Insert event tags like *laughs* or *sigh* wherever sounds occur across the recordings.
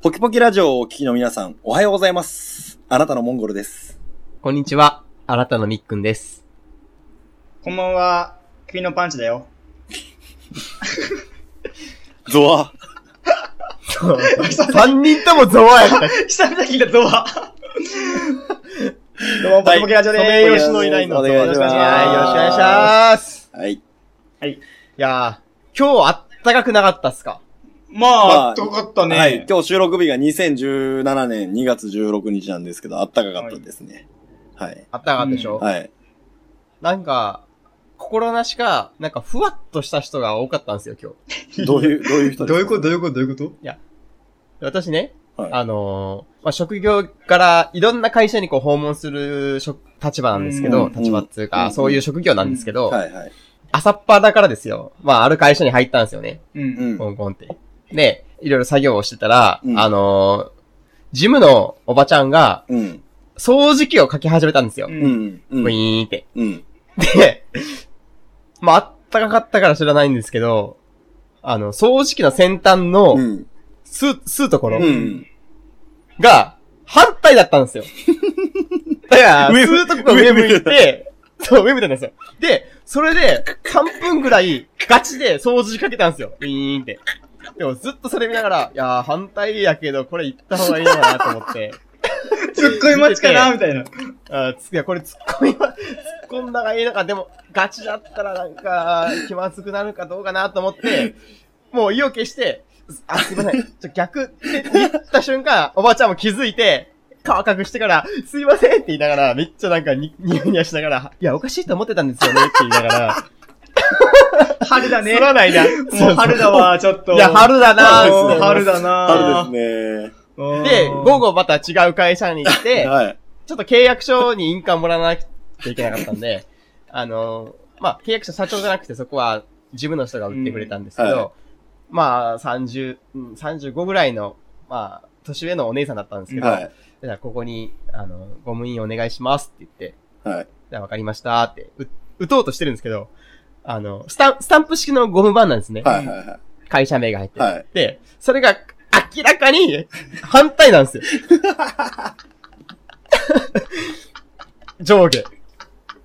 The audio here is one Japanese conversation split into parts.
ポキポキラジオをお聞きの皆さん、おはようございます。あなたのモンゴルです。こんにちは。あなたのみっくんです。こんばんは、君のパンチだよ。 *laughs* ゾワ。三人ともゾワやった。久々に聞いたゾワ。どうも、ポキポキラジオではいーす。吉野依頼のお願いしますゾワですはい、よろしくお願いしす。ます。はい。いやー、今日あったかくなかったっすかままあ、ああったかったね。はい。今日収録日が2017年2月16日なんですけど、あったかかったですね。はい。あったかかったでしょ、はい。なんか、心なしか、なんかふわっとした人が多かったんですよ、今日。どう *laughs* いう、どういう人ですかことどういうことどういうこと私ね、はいあのーまあ、職業からいろんな会社にこう訪問する職立場なんですけど、うん立場っていうか、うんそういう職業なんですけど、はいはい。朝っぱらからですよ。まあ、ある会社に入ったんですよね。う。うんん。コンコンって。で、いろいろ作業をしてたら、うんあのージムのおばちゃんが、うん。掃除機をかけ始めたんですよ。う。ウうんん。うん。ィーンって。うん。で、まあ、あったかかったから知らないんですけど、あの、掃除機の先端うの、ん。す、吸うところうん。が、反対だったんですよ。 *laughs* だから、上吸うとこが *laughs* 上向いて、そう、上向いてたんですよ。で、それで、3分ぐらい、ガチで掃除かけたんですよ。ウィーンって。でもずっとそれ見ながら、いやー、反対やけど、これ行った方がいいのかなと思って。ツッコミ待ちかなみたいな。あついや、これ突っ込みは、 *laughs* 突っ込んだがいいのか、でも、ガチだったらなんか、気まずくなるかどうかなと思って、もう意を決して、あ、すいません、ちょ、逆って言った瞬間、おばあちゃんも気づいて、顔赤くしてから、すいませんって言いながら、めっちゃなんかに、ニヤニヤしながら、いや、おかしいと思ってたんですよねって言いながら、春だねそ。らないな。もう春だわ、ちょっと。いや、春だなもうーっ春だな春ですね。て。で、午後後。また違う会社に *laughs* 行って、はい。ちょっと契約書に印鑑もらわなきゃいけなかったんで、 *laughs* あの、まあ、契約書社長じゃなくてそこは事務の人が売ってくれたんですけど、うんはいまあ、30、うん35ぐらいの、まあ、年上のお姉さんだったんですけど、はい。じゃあここに、あの、ゴム印お願いしますって言って、はい。じゃあわかりましたって、う打とうとしてるんですけど、あの、スタン、スタンプ式のゴム版なんですね。はいはいは会社名が入ってい。る。はい。で、それが明らかに反対なんですよ。上下。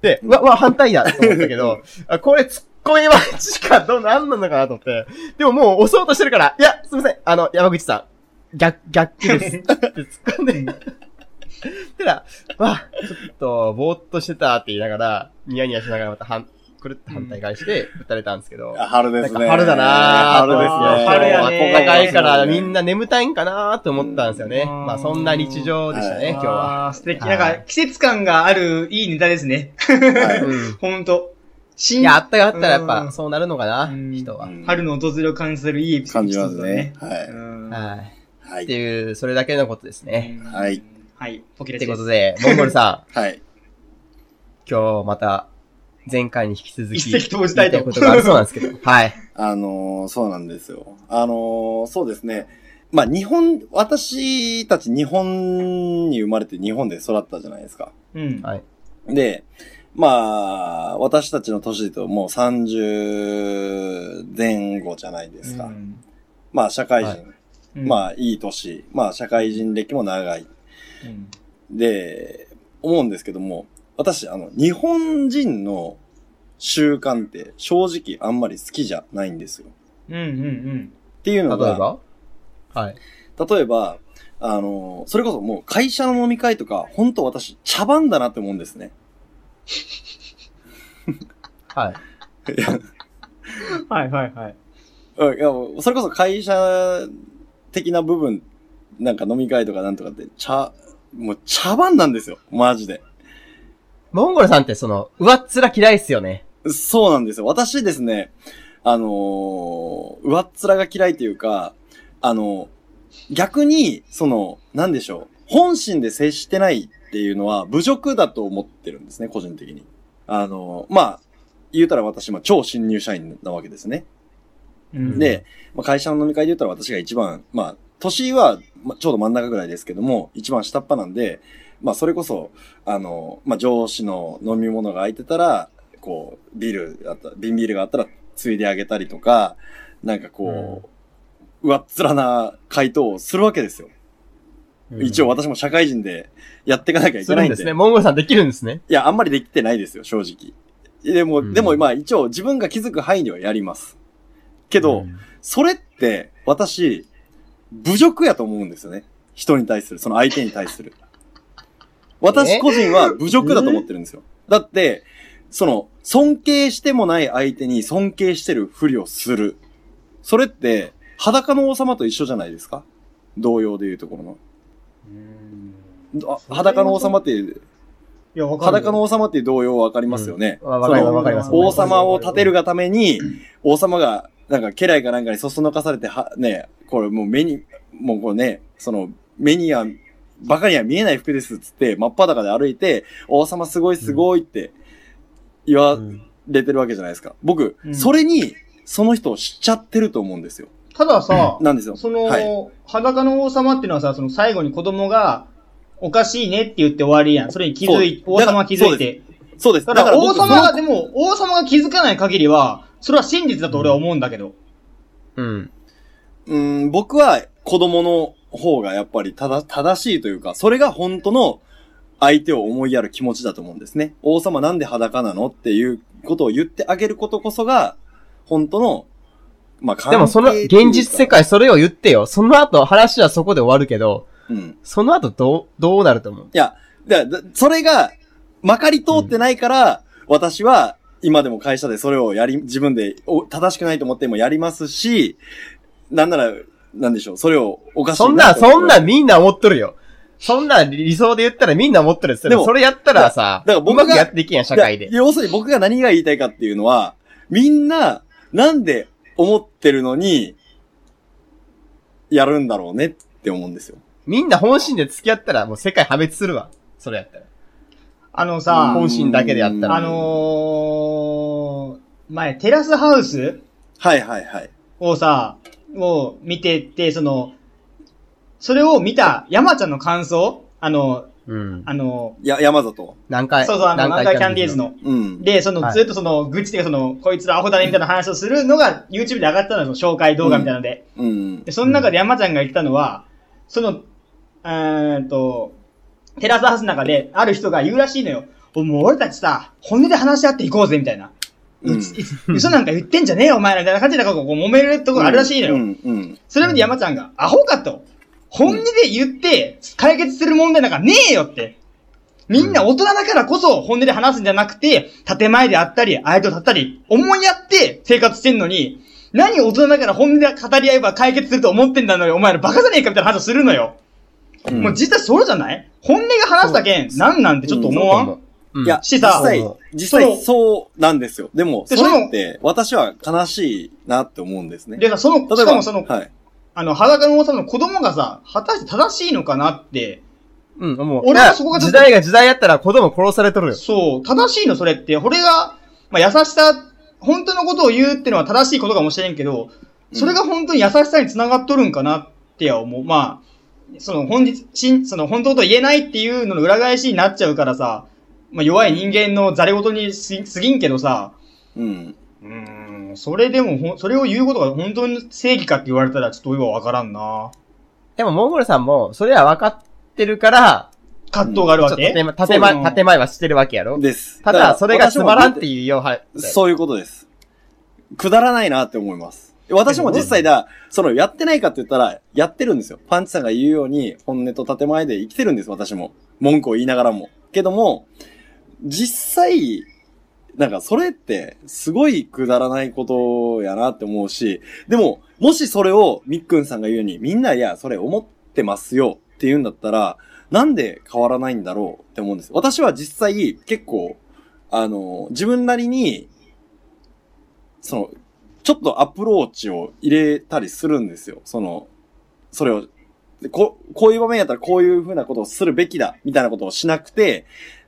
で、うわ、うわ、反対だと思ったけど、あこれ突っ込み待ちか、どう、なんなのかなと思って。でももう押そうとしてるから、いや、すいません、あの、山口さん、逆、逆です。って突っ込んで。たら、わあ、ちょっと、ぼーっとしてたって言いながら、ニヤニヤしながらまた反、くるって反対返して、打たれたんですけど。あ春ですなんね。か春だなー春ですね。春やねー暖かいからみんな眠たいんかなーと思ったんですよね。うんまあそんな日常でしたね、はい今日は。あー素敵。はないんか、季節感があるいいネタですね。はうんほんと。い新や、あったかかったらやっうぱんそうなるのかな、うん人は。い。春の訪れを感じるいいエピソー感ドじますね。だはうんはい。い。はってい。いう、それだけのことですね。はい。はい。ポキっラてジこですとで、モンゴルさん、はい。今日また前回に引き続き、一石投じたいと言ことがあるそうなんですけど。はい。あのーそうなんですよ。あのーそうですね。まあ、日本、私たち日本に生まれて日本で育ったじゃないですか。うん。はい。で、まあ、私たちの年で言うともう30前後じゃないですか。うんまあ、社会人。はいまあ、いい年。まあ、社会人歴も長い。うんで、思うんですけども、私、あの、日本人の習慣って正直あんまり好きじゃないんですよ。うんうんっていう例えのが、ばはい。例えば、あの、それこそもう会社の飲み会とか、本当私、茶番だなって思うんですね。はい。いやうん。はいはいはい。うんいや、それこそ会社的な部分、なんか飲み会とかなんとかって、茶、もう茶番なんですよ。マジで。モンゴルさんってその、上っ面嫌いっすよね。そうなんですよ。私ですね、あのー上っ面が嫌いというか、あの逆に、その、なんでしょう。本心で接してないっていうのは侮辱だと思ってるんですね、個人的に。あのーまあ、言うたら私、まあ、超新入社員なわけですね。うんで、まあ、会社の飲み会で言ったら私が一番、まあ、年は、まあ、ちょうど真ん中ぐらいですけども、一番下っ端なんで、まあ、それこそ、あの、まあ、上司の飲み物が空いてたら、こう、ビールあった、瓶ビールがあったら、ついであげたりとか、なんかこう、上っ面な回答をするわけですよ。一応私も社会人でやっていかなきゃいすけるなんいんでで。すね。モンゴルさんできるんですね。いや、あんまりできてないですよ、正直。でも、うんでもまあ一応自分が気づく範囲ではやります。けけど、それって私、侮辱やと思うんですよね。人に対する、その相手に対する。私個人は侮辱だと思ってるんですよ。だって、その、尊敬してもない相手に尊敬してるふりをする。それって、裸の王様と一緒じゃないですか同様でいうところうんの。あ裸の王様っていう、いや、わかるよ裸の王様っていう同様わかりますよね。わかります、わかります。その王様を立てるがために、王様が、なんか、家来かなんかにそそのかされて、は、ね、これもう目に、もうこうね、その、目には、バカには見えない服ですっつって、真っ裸で歩いて、王様すごいすごいって言わうんれてるわけじゃないですか。僕、うんそれに、その人を知っちゃってると思うんですよ。たださ、なんですよ。その、はい。裸の王様っていうのはさ、その最後に子供が、おかしいねって言って終わりやん。それに気づい、そう王様が気づいて。そうです。だから王僕様が、でも、王様が気づかない限りは、それは真実だと俺は思うんだけど。うん。うん、僕は子供の方がやっぱりただ正しいというか、それが本当の相手を思いやる気持ちだと思うんですね。王様なんで裸なのっていうことを言ってあげることこそが、本当の、まあ、関係でもその、っていうか現実世。界それを言ってよ。その後、話はそこで終わるけど、うん。その後どう、どうなると思うだだそれが、まかり通ってないから、私は、今でも会社でそれをやり、自分でお正しくないと思ってもやりますし、なんなら、なんでしょう、それをおかしいそんな、と思ってそんなみんな思っとるよ。そんな理想で言ったらみんな思っとるっすよでもそれやったらさ、だからう僕がまくやっていけんやん、社会でい。や要するに僕が何が言いたいかっていうのは、みんな、なんで思ってるのに、やるんだろうねって思うんですよ。みんな本心で付き合ったらもう世界破滅するわ。それやったら。あのさ、本心だけでやったらあのー、前、テラスハウスはいはいはい。をさ、を見てて、その、それを見た山ちゃんの感想あの、うん。あの、や、山里。何回そうそう、あの、南海キャンディーズの。。うん。で、その、はいずっとその、愚痴っていうか、その、こいつらアホだねみたいな話をするのが、YouTube で上がったのよ、その紹介動画みたいなので。うんで、。その中で山ちゃんが言ってたのは、その、うーんと、テラスハウスの中で、ある人が言うらしいのよ。おもう俺たちさ、本音で話し合っていこうぜ、みたいな。ううんち嘘なんか言ってんじゃねえよ、お前ら、みたいな感じで、なんかこう、揉めるところあるらしいのよ。うんうん。それを見て山ちゃんが、アホかと。本音で言って、解決する問題なんかねえよって。みんな大人だからこそ本音で話すんじゃなくて、建前であったり、相手を立ったり、思いやって生活してんのに、何大人だから本音で語り合えば解決すると思ってんだのよ、お前らバカじゃねえかみたいな話をするのよ。うんもう実際そうじゃない本音が話すだけ、なんなんてちょっと思わん、うん。いや、し実さ際そう、実その際そうなんですよ。でも、そでそのれって、私は悲しいなって思うんですね。でさ、その、しかもその、はい。あの、裸の王様の子供がさ、果たして正しいのかなって、うん、もう。俺はそこがちょっ時と代が時代やったら子供殺されとるよ。そう、正しいのそれって、俺が、まあ、優しさ、本当のことを言うってのは正しいことかもしれんけど、それが本当に優しさにつながっとるんかなっては思う。まあ、その本日、しんその本当のことを言えないっていうのの裏返しになっちゃうからさ、まあ、弱い人間のざれ言にすすぎんけどさ、うん。うーん、それでもほん、それを言うことが本当に正義かって言われたらちょっと今はわからんなでも、モンゴルさんも、それは分かってるから、葛藤があちるょっとわけ、建前、建そう前なの建前はしてるわけやろです。かたらだ、それがつまらんっ私もていうよ、はい。そういうことです。くだらないなって思います。私も実際だ、その、やってないかって言ったら、やってるんですよ。パンチさんが言うように、本音と建前で生きてるんです、私も。文句を言いながらも。けども、実際、なんかそれって、すごいくだらないことやなって思うし、でも、もしそれを、みっくんさんが言うように、みんないや、それ思ってますよって言うんだったら、なんで変わらないんだろうって思うんです。私は実際、結構、あの、自分なりに、その、ちょっとアプローチを入れたりするんですよ。その、それを、でここういう場面やったらこういうふうなことをするべきだ、みたいなことをしなくて、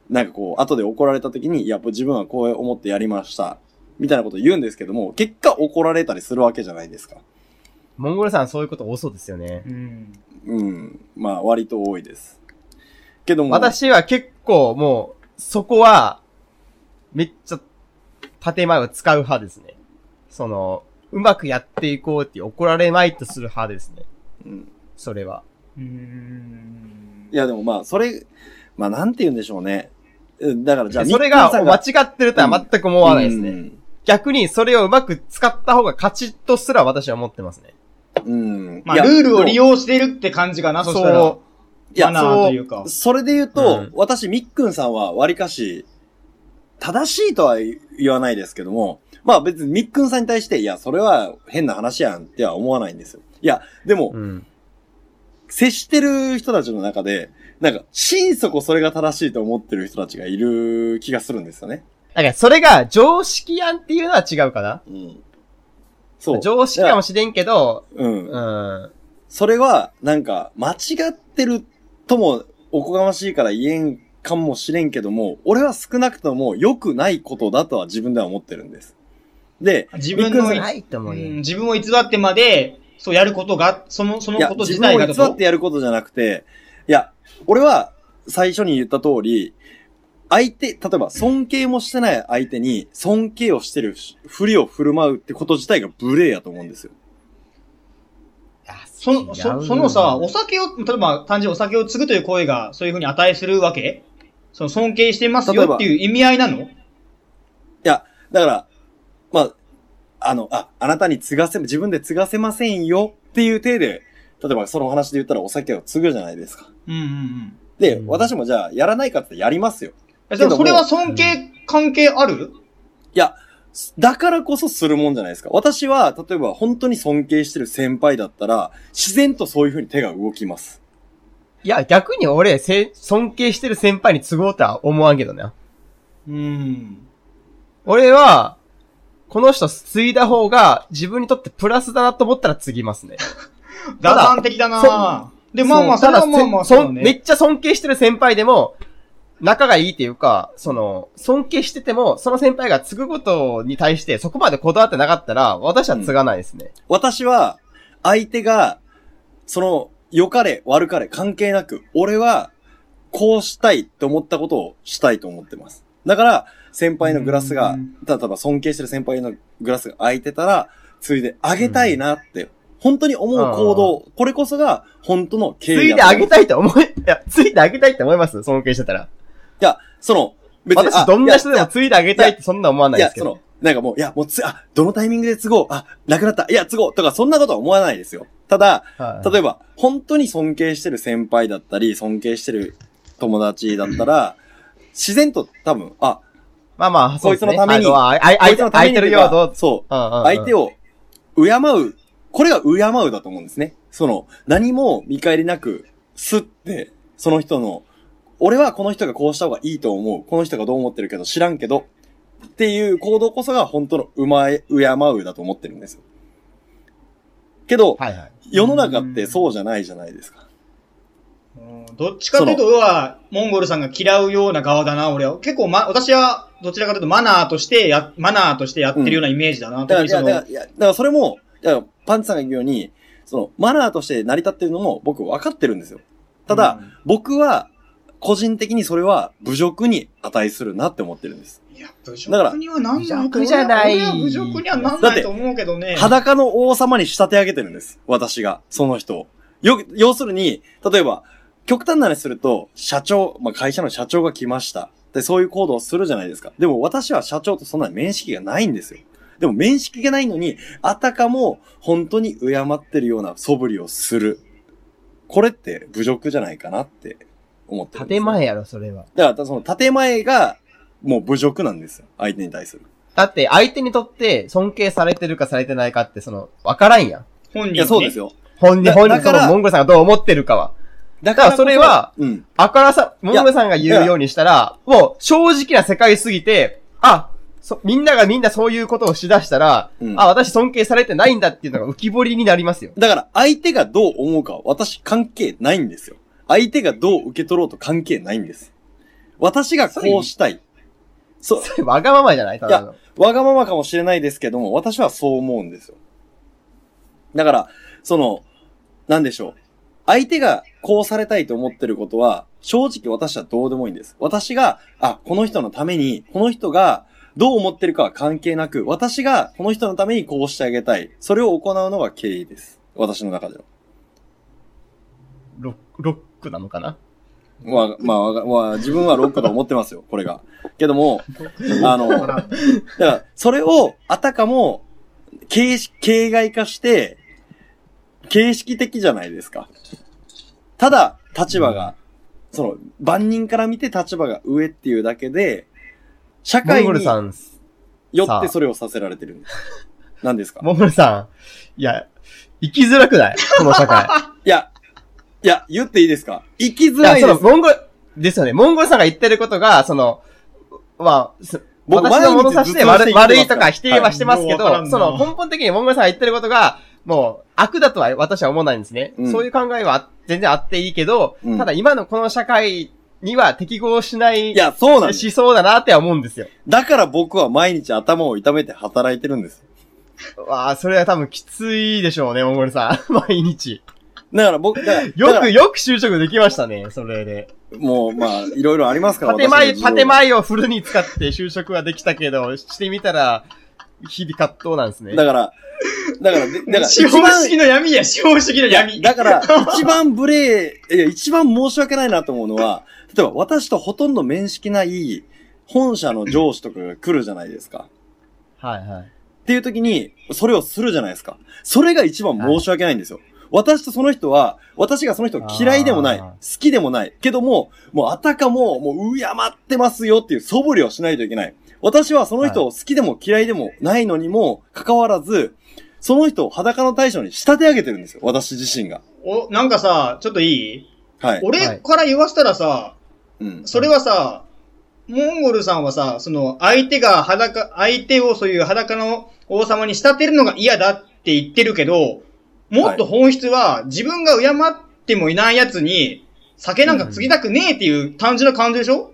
なんかこう、後で怒られた時に、いや、自分はこう思ってやりました、みたいなことを言うんですけども、結果怒られたりするわけじゃないですか。モンゴルさんそういうこと多そうですよね。うん。うん。まあ、割と多いです。けども、私は結構もう、そこは、めっちゃ、建前を使う派ですね。その、うまくやっていこうって怒られまいとする派ですね。うんそれは。うーんい。や、でもまあ、それ、まあ、なんて言うんでしょうね。うんだから、じゃあ、それが日本さん間違ってるとは全く思わないですね。逆にそれをうまく使った方が勝ちとすら私は思ってますね。うん。うん。まあ、いやルールを利用してるって感じかな、そしたら。いやマナーというか。それで言うと、うん私、みっくんさんは、わりかし、正しいとは言わないですけども、まあ別にみっくんさんに対して、いや、それは変な話やんっては思わないんですよ。いや、でも、うん。接してる人たちの中で、なんか、心底それが正しいと思ってる人たちがいる気がするんですよね。だからそれが常識案っていうのは違うかな。うん。そう。常識かもしれんけど、うん。うん。それは、なんか、間違ってるとも、おこがましいから言えんかもしれんけども、俺は少なくとも良くないことだとは自分では思ってるんです。で、自分うのんい、ないと思ううんよ。自分を偽ってまで、そうやることが、その、そいのや、こと自自分体をが偽だとってやることじゃなくて、いや、俺は最初に言った通り、相手、例えば尊敬もしてない相手に尊敬をしてるふりを振る舞うってこと自体が無礼やと思うんですよ。その、そそのさ、お酒を、例えば単純にお酒を継ぐという行為がそういうふうに値するわけその尊敬してますよっていう意味合いなのだから、まあ、あの、あ、あなたに継がせ、自分で継がせませんよっていう体で、例えばその話で言ったらお酒を継ぐじゃないですか。うんうんうん。で、うん私もじゃあ、やらないかって言ったらやりますよ。えでもそれは尊敬関係あるだからこそするもんじゃないですか。私は、例えば本当に尊敬してる先輩だったら、自然とそういう風に手が動きます。いや、逆に俺、せ尊敬してる先輩に都合とは思わんけどな。うん。俺は、この人継いだ方が自分にとってプラスだなと思ったら継ぎますね。打算的だなぁ。で、まあまあ、そそうれはまあまただあ、せそうそんめね。っちゃ尊敬してる先輩でも、仲がいいっていうか、その、尊敬してても、その先輩が継ぐことに対してそこまでこだわってなかったら、私は継がないですね。私は、相手が、その、良かれ、悪かれ、関係なく、俺は、こうしたいって思ったことをしたいと思ってます。だから、先輩のグラスうがん、例えば尊敬してる先輩のグラスが空いてたら、ついであげたいなって、本当に思う行動、これこそが、本当の敬継意いであげたいと思い、いや、継いであげたいって思います尊敬してたら。いや、その、別私、あどんないや人でも継いであげたいってそんな思わないいですや、けそどの。、なんかもう、いや、もうつ、あ、どのタイミングで都合、あ、なくなった、いや、都合、とか、そんなことは思わないですよ。ただ、はい例えば、本当に尊敬してる先輩だったり、尊敬してる友達だったら、自然と多分、あ、まあまあ、そうですね。こいつのためにああああこい相つの手ため相に手とのいうよかうど、そう、相相手を敬う、これが敬うだと思うんですね。その、何も見返りなく、すって、その人の、俺はこの人がこうした方がいいと思う。この人がどう思ってるけど知らんけど、っていう行動こそが本当のうまい、敬うだと思ってるんですよ。けど、はいはい。世の中ってそうじゃないじゃないですか。うんどっちかというと、俺は、モンゴルさんが嫌うような側だな、俺は。結構、ま、私は、どちらかというと、マナーとしてや、マナーとしてやってるようなイメージだな、だか特ら、にいやそだかのら、いやだからそれも、だからパンチさんが言うように、その、マナーとして成り立ってるのも僕分かってるんですよ。ただ、僕は、個人的にそれは侮辱に値するなって思ってるんです。うん、いや、侮だから辱にはなんないと侮辱じゃない俺は侮辱にはなんないと思うけどね。裸の王様に仕立て上げてるんです。私が、その人を。よ、要するに、例えば、極端な話すると、社長、まあ、会社の社長が来ました。で、そういう行動をするじゃないですか。でも私は社長とそんな面識がないんですよ。でも面識がないのに、あたかも本当に敬ってるような素振りをする。これって侮辱じゃないかなって思ってるんです建よ。前やろ、それは。だから、その建前が、もう侮辱なんですよ。相手に対する。だって、相手にとって尊敬されてるかされてないかって、その、わからんやん。本人、ね、いや、そうですよ。本人、だ本だ人、かそらの、モンゴルさんがどう思ってるかは。だからそれは、うん。あからさ、モンゴルさんが言うようにしたら、もう、正直な世界すぎて、あ、そ、みんながみんなそういうことをしだしたら、うんあ、私尊敬されてないんだっていうのが浮き彫りになりますよ。だから、相手がどう思うかは私関係ないんですよ。相手がどう受け取ろうと関係ないんです。私がこうしたい。そう、それわがままじゃないただの。わがままかもしれないですけども、私はそう思うんですよ。だから、その、なんでしょう。相手がこうされたいと思ってることは、正直私はどうでもいいんです。私が、あ、この人のために、この人がどう思ってるかは関係なく、私がこの人のためにこうしてあげたい。それを行うのが敬意です。私の中では。ロック、ロックなのかなまあ、まあわか、まあ、自分はロックだと思ってますよ、これが。けども、あの、だから、それを、あたかも、形式、形骸化して、形式的じゃないですか。ただ、立場が、その、万人から見て立場が上っていうだけで、社モ会ンゴルにさん、よさっあてそれをさせられてるんです。何ですかモンゴルさん、いや、生きづらくないこの社会。いや、いや、言っていいですか生きづだかららいでその、す。モンゴル、ですよね。モンゴルさんが言ってることが、その、まあ、す僕私の物差しで悪い毎悪日頭痛して生きてますいからとか否定はしてますけど、はいもうわからんなその根本的にモンゴルさんが言ってることが、もう悪だとは私は思わないんですね。うんそういう考えは全然あっていいけど、うんただ今のこの社会には適合しないいや、そうなん思です。想だなっては思うんですよ。だから僕は毎日頭を痛めて働いてるんです。わあ、それは多分きついでしょうね、モンゴルさん。 *laughs* 毎日。だから僕、だからだよかく、よく就職できましたね、それで。らもう、まあ、いろいろありますから。建前、私の事情建。前をフルに使って就職はできたけど、してみたら、日々葛藤なんですね。だから、だから、でだから、資本主義の闇や、資本主義のいや闇。だから、一番無礼、いや、一番申し訳ないなと思うのは、例えば私とほとんど面識ない本社の上司とかが来るじゃないですか。はいはい。っていう時に、それをするじゃないですか。それが一番申し訳ないんですよ。私とその人は、私がその人を嫌いでもない、あー好きでもない、けども、もうあたかも、もう、敬ってますよっていう素振りをしないといけない。私はその人を好きでも嫌いでもないのにも、関わらず、その人を裸の対象に仕立て上げてるんですよ。私自身が。お、なんかさ、ちょっといいはい。は俺いから言わせたらさ、うん。それはさ、モンゴルさんはさ、その、相手が裸、相手をそういう裸の王様に仕立てるのが嫌だって言ってるけど、もっと本質は、自分が敬ってもいない奴に、酒なんか継ぎたくねえっていう単純な感じでしょ、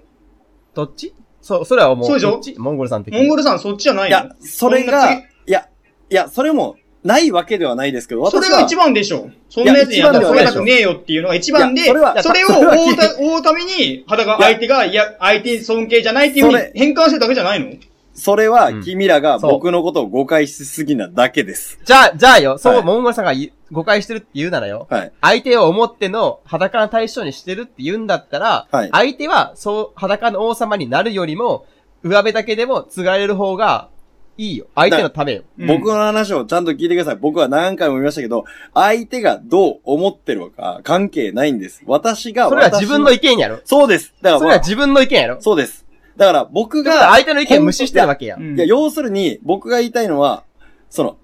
どっちそう、それはもう、そうでしょどっちモンゴルさん的にモンゴルさんそっちじゃないいのや、それが、そんなついや、いや、それも、ないわけではないですけど、そ私れがは一、番でしょそんなやつにやったらいや一番ではそなれいだとねえよっていうのが一番で、いやそれはそれをそれは追うた追うために、裸、相手が、いや、相手に尊敬じゃないっていうふうそれに変換してるだけじゃないのそれは、君らがそう僕のことを誤解しすぎなだけです。じゃあ、じゃあよ、そう、はいモンゴルさんが言う誤解してるって言うならよ、はい。相手を思っての裸の対象にしてるって言うんだったら、はい相手は、そう、裸の王様になるよりも、上辺だけでも継がれる方がいいよ。相手のためよ。僕の話をちゃんと聞いてください。僕は何回も言いましたけど、相手がどう思ってるのか関係ないんです。私がそれは自分の意見やろ。そうです。だから、それは自分の意見やろ。そうです。だから僕だからが、相手の意見無視してるわけや。うんいや、要するに、僕が言いたいのは、その、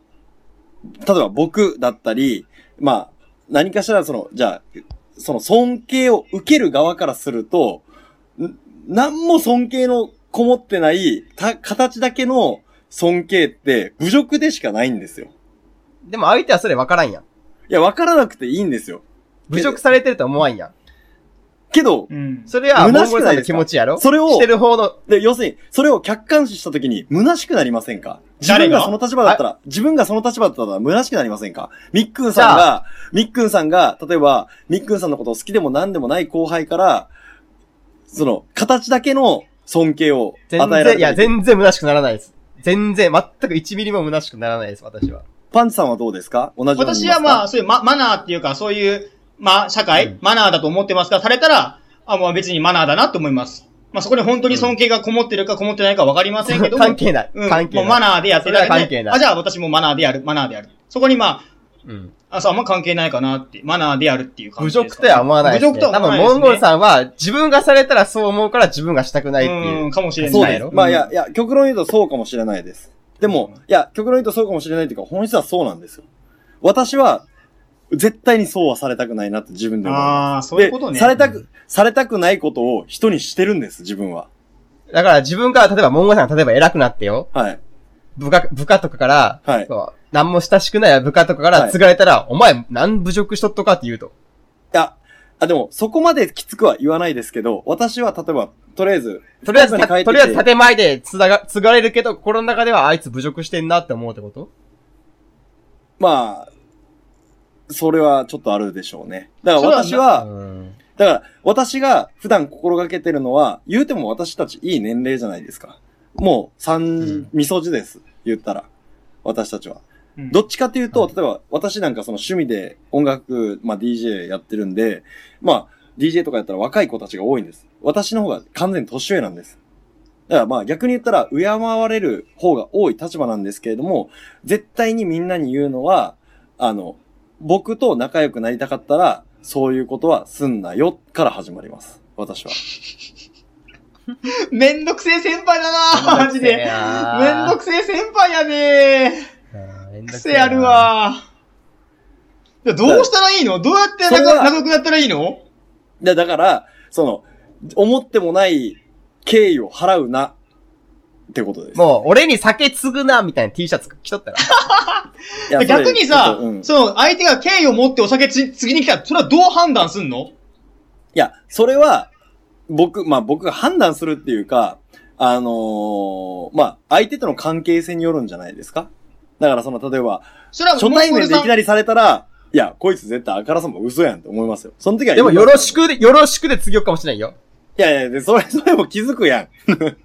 例えば僕だったり、まあ、何かしらその、じゃあ、その尊敬を受ける側からすると、ん何も尊敬のこもってない、た、形だけの尊敬って侮辱でしかないんですよ。でも相手はそれ分からんやん。いや、わからなくていいんですよ。侮辱されてると思わんやん。けど、うん。それは、モ虚ンしゴくルなさいんですかの気持ちやろそれをしてる方の、で、要するに、それを客観視したときに、虚しくなりませんか自誰分ががその立場だったら、自分がその立場だったら、虚しくなりませんかみっくんさんじが、みっくんさんが、例えば、みっくんさんのことを好きでも何でもない後輩から、その、形だけの尊敬を与全えられて然、るいや、全然虚しくならないです。全然、全く1ミリも虚しくならないです、私は。パンチさんはどうですか同じように私はまあ、あ、そういうママナーっていうか、そういう、まあ、社会、うんマナーだと思ってますから、されたら、あ、まあ別にマナーだなと思います。まあそこに本当に尊敬がこもってるかこもってないかわかりませんけども *laughs* 関係ない。うん、関係もうマない。ナーでやってるだそれはけ関係で、ないあ、じゃあ私もマナーでやる、マナーでやる。そこにまうん。あ、あ、そう、あんま関係ないかなって、マナーでやるっていう感侮じで辱すかとね、は思わないです、ね。侮辱とは多思わ分、ないです、ね。モンゴルさんは、自分がされたらそう思うから自分がしたくないっていう。うん、かもしれない。そうなでいすの。まあ、いや、いや、極論言うとそうかもしれないです。でも、いや、極論言うとそうかもしれないというか、本質はそうなんですよ。私は、絶対にそうはされたくないなって自分で思う。ああ、そういうことね。でされたうく、されたくないことを人にしてるんです、自分は。だから自分が、例えば、モンゴルさんが例えば偉くなってよ。はい。部下、部下とかから、はいこう何も親しくない部下とかかはらい継がれたら、お前、何侮辱しとっとかって言うと。いや、あ、でも、そこまできつくは言わないですけど、私は例えば、とりあえず、とりあえず、深くに帰ってきてたとりあえず建前でつなが、継がれるけど、心の中ではあいつ侮辱してんなって思うってことまあ、それはちょっとあるでしょうね。だからそれは私は、うん。だから私が普段心がけてるのは、言うても私たちいい年齢じゃないですか。もう、三ん、味噌汁です。言ったら。私たちは。うんどっちかっていうと、はい例えば私なんかその趣味で音楽、まあ DJ やってるんで、まあ DJ とかやったら若い子たちが多いんです。私の方が完全に年上なんです。だからまあ逆に言ったら敬われる方が多い立場なんですけれども、絶対にみんなに言うのは、あの、僕と仲良くなりたかったら、そういうことはすんなよから始まります。私は。めんどくせえ先輩だなマジで。めんどくくせえ先輩やねせえなめんどくせえ癖あるわいやどうしたらいいのどうやってそれは仲仲良くなったらいいので、だから、その、思ってもない敬意を払うな、ってことです。もう、俺に酒継ぐな、みたいな T シャツ着とったら。いやそれ逆にちょっさ、とうんその相手が敬意を持ってお酒つ次に来たら、それはどう判断すんのいや、それは、僕、まあ僕が判断するっていうか、あのーまあ相手との関係性によるんじゃないですかだからその、例えば、それは初対面でいきなり。りされたら、いや、こいつ絶対あからさま嘘やんって思いますよ。その時は。 *laughs* でも、よろし。くで、よろしくで継ぎよっかもしれないよ。いやいや、で、それ、それも気づくやん。 *laughs*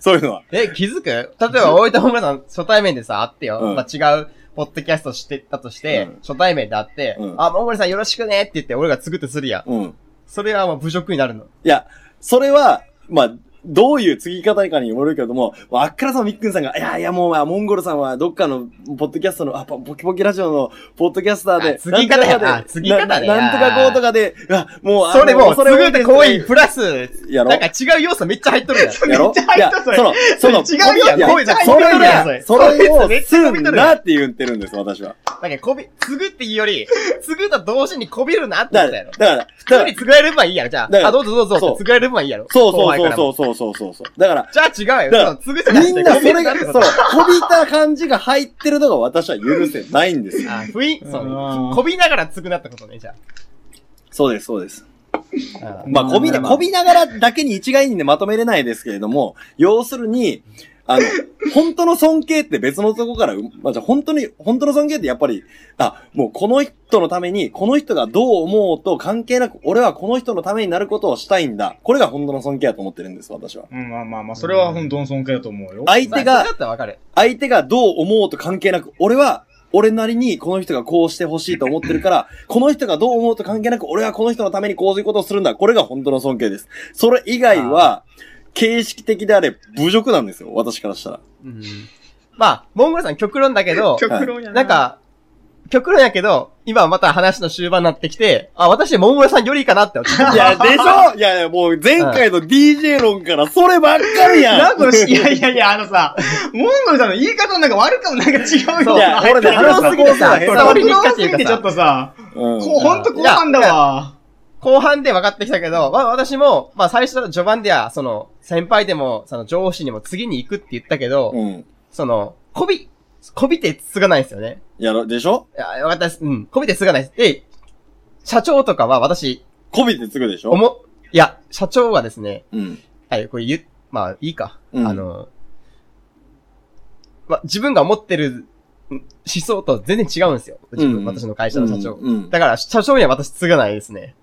そういうのは。え、気づく例えば、大分本村さん、初対面でさ、会ってよ。うんまあ、違う、ポッドキャストしてたとして、うん初対面で会って、うんあ、本村さんよろしくねって言って、俺が継ぐってするやん。うん。それはもう侮辱になるの。いや、それは、まあ、どういう継ぎ方かによるけども、まああっからさまみっくんさんが、いやいやもう、まあモンゴルさんはどっかの、ポッドキャストの、あ、ポポキポキラジオの、ポッドキャスターあで、継ぎ方やな継ぎ方なねなんとかこうとかで、いや、もう、あのそれもう、継ぐって行い為、プラス、やろなんか違う要素めっちゃ入っとる *laughs* やん。やろめっちゃ入ったそれいやその、その、違うよいや声だそれ声だがそそれれをめっ、ちすゃ飛びん取るなって言ってるんです、私は。なんかこび、継ぐっていうより、継ぐと同時にこびるなってこだとから、やろだ。から、だ普通からに継がれればいいやろ、じゃだからあ。あ、どうぞどうぞそうって継がれればいいやろ。そう後輩からもそうそうそうそうそう。だから、じゃあ違うだかよ。そらの継ぐじゃなくみて、んなそれこびるが、ってそこう、とこびた感じが入ってるのが私は許せないんですよ。あ、ふい、そうう、んこびながら継ぐなってことね、じゃそうです、そうです。あ。まあ、こびな、まあこびながらだけに一概にね、まとめれないですけれども、要するに、あの、 *laughs* 本当の尊敬って別のとこからう、まあ、じゃあ本当に、本当の尊敬ってやっぱり、あ、もうこの人のために、この人がどう思おうと関係なく、俺はこの人のためになることをしたいんだ。これが本当の尊敬だと思ってるんです、私は。うん、まあまあまあ、それは本当の尊敬だと思うよ。相手まあがそれだ、ったらわかる。相手がどう思おうと関係なく、俺は、俺なりにこの人がこうしてほしいと思ってるから、 *laughs* この人がどう思うと関係なく、俺はこの人のためにこういうことをするんだ。これが本当の尊敬です。それ以外は、形式的であれ、侮辱なんですよ。私からしたら。うん。まあ、モンゴルさん極論だけど、極論やな。なん、か、極論やけど、今また話の終盤になってきて、あ、私、モンゴルさんよりいいかなって思って。いや、でし *laughs* ょいやいや、もう前回の DJ 論からそればっかりやん。なんか、 *laughs* いやいやいや、あのさ、モンゴルさんの言い方なんか悪かもなんか違うそういよ。や、俺ね、極論話すすぎぎててささ、伝伝わわりり、にくかっていすうぎかてちょっとさ、うん、こう、ほんと後半だわ。後半で分かってきたけど、まあ私も、まあ最初の序盤では、その、先輩でも、その上司にも次に行くって言ったけど、うん。その、こび、こびて継がないんですよね。やろ、でしょいや、私、うん、こびて継がないです。で、社長とかは私、こびてつくでしおょも、いや、社長はですね、うん。はい、これ言う、まあいいか。うんあの、まあ自分が思ってる思想と全然違うんですよ。自分、うん私の会社の社長。うんうんだから、社長には私継がないですね。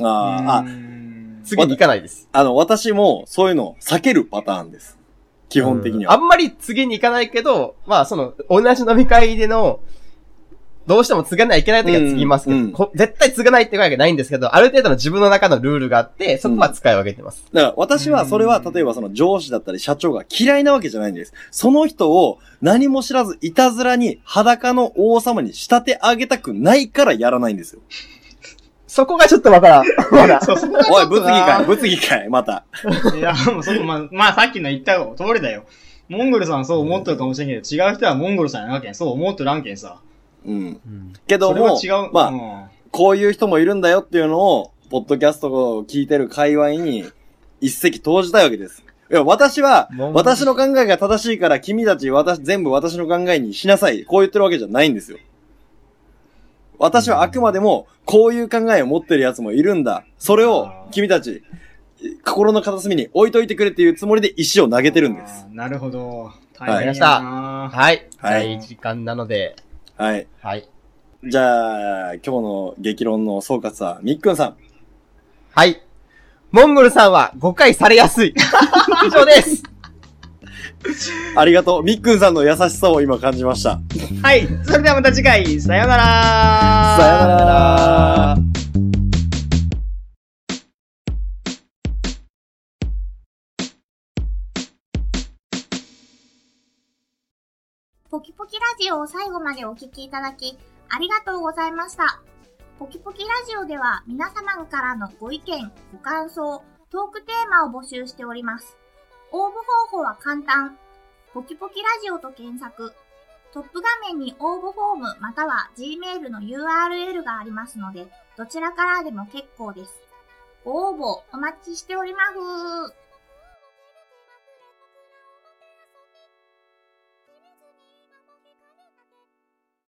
あーあ、次に行かないです。あの、私も、そういうのを避けるパターンです。基本的にあは。んまり次に行かないけど、まあその、同じ飲み会での、どうしても継がないといけない時は継ぎますけど、うんうんこ絶対継がないってわけじゃないんですけど、ある程度の自分の中のルールがあって、そこは使い分けてます。だから、私は、それは、うん例えばその上司だったり社長が嫌いなわけじゃないんです。その人を何も知らず、いたずらに裸の王様に仕立て上げたくないからやらないん *laughs* ですよ。そこがちょっとわからん。まだ。そう、そこがちおょい、っと物議な会、物議会、また。いや、もうそこ、まあ、まあ、さっきの言った通りだよ。モンゴルさんはそう思っとるかもしれんけど、違う人はモンゴルさんやなけん、そう思っとらんけんさ。うん。けどそれはも違う。、まあ、あ、こういう人もいるんだよっていうのを、ポッドキャストを聞いてる界隈に一石投じたいわけです。いや、私はもう、私の考えが正しいから君たち、私、全部私の考えにしなさい。こう言ってるわけじゃないんですよ。私はあくまでも、こういう考えを持ってる奴もいるんだ。それを、君たち、心の片隅に置いといてくれっていうつもりで石を投げてるんですあ。ー。なるほど。は大い変やなはい。ははいい。時間なので、はい。はい。じゃあ、今日の激論の総括は、みっくんさん。はい。モンゴルさんは誤解されやすい。以上です。ありがとう。みっくんさんの優しさを今感じました。はい。それではまた次回、さよならさよなら。ポキポキラジオを最後までお聞きいただき、ありがとうございました。ポキポキラジオでは皆様からのご意見、ご感想、トークテーマを募集しております。応募方法は簡単。ポキポキラジオと検索。トップ画面に応募フォームまたは Gmail の URL がありますので、どちらからでも結構です。ご応募お待ちしております。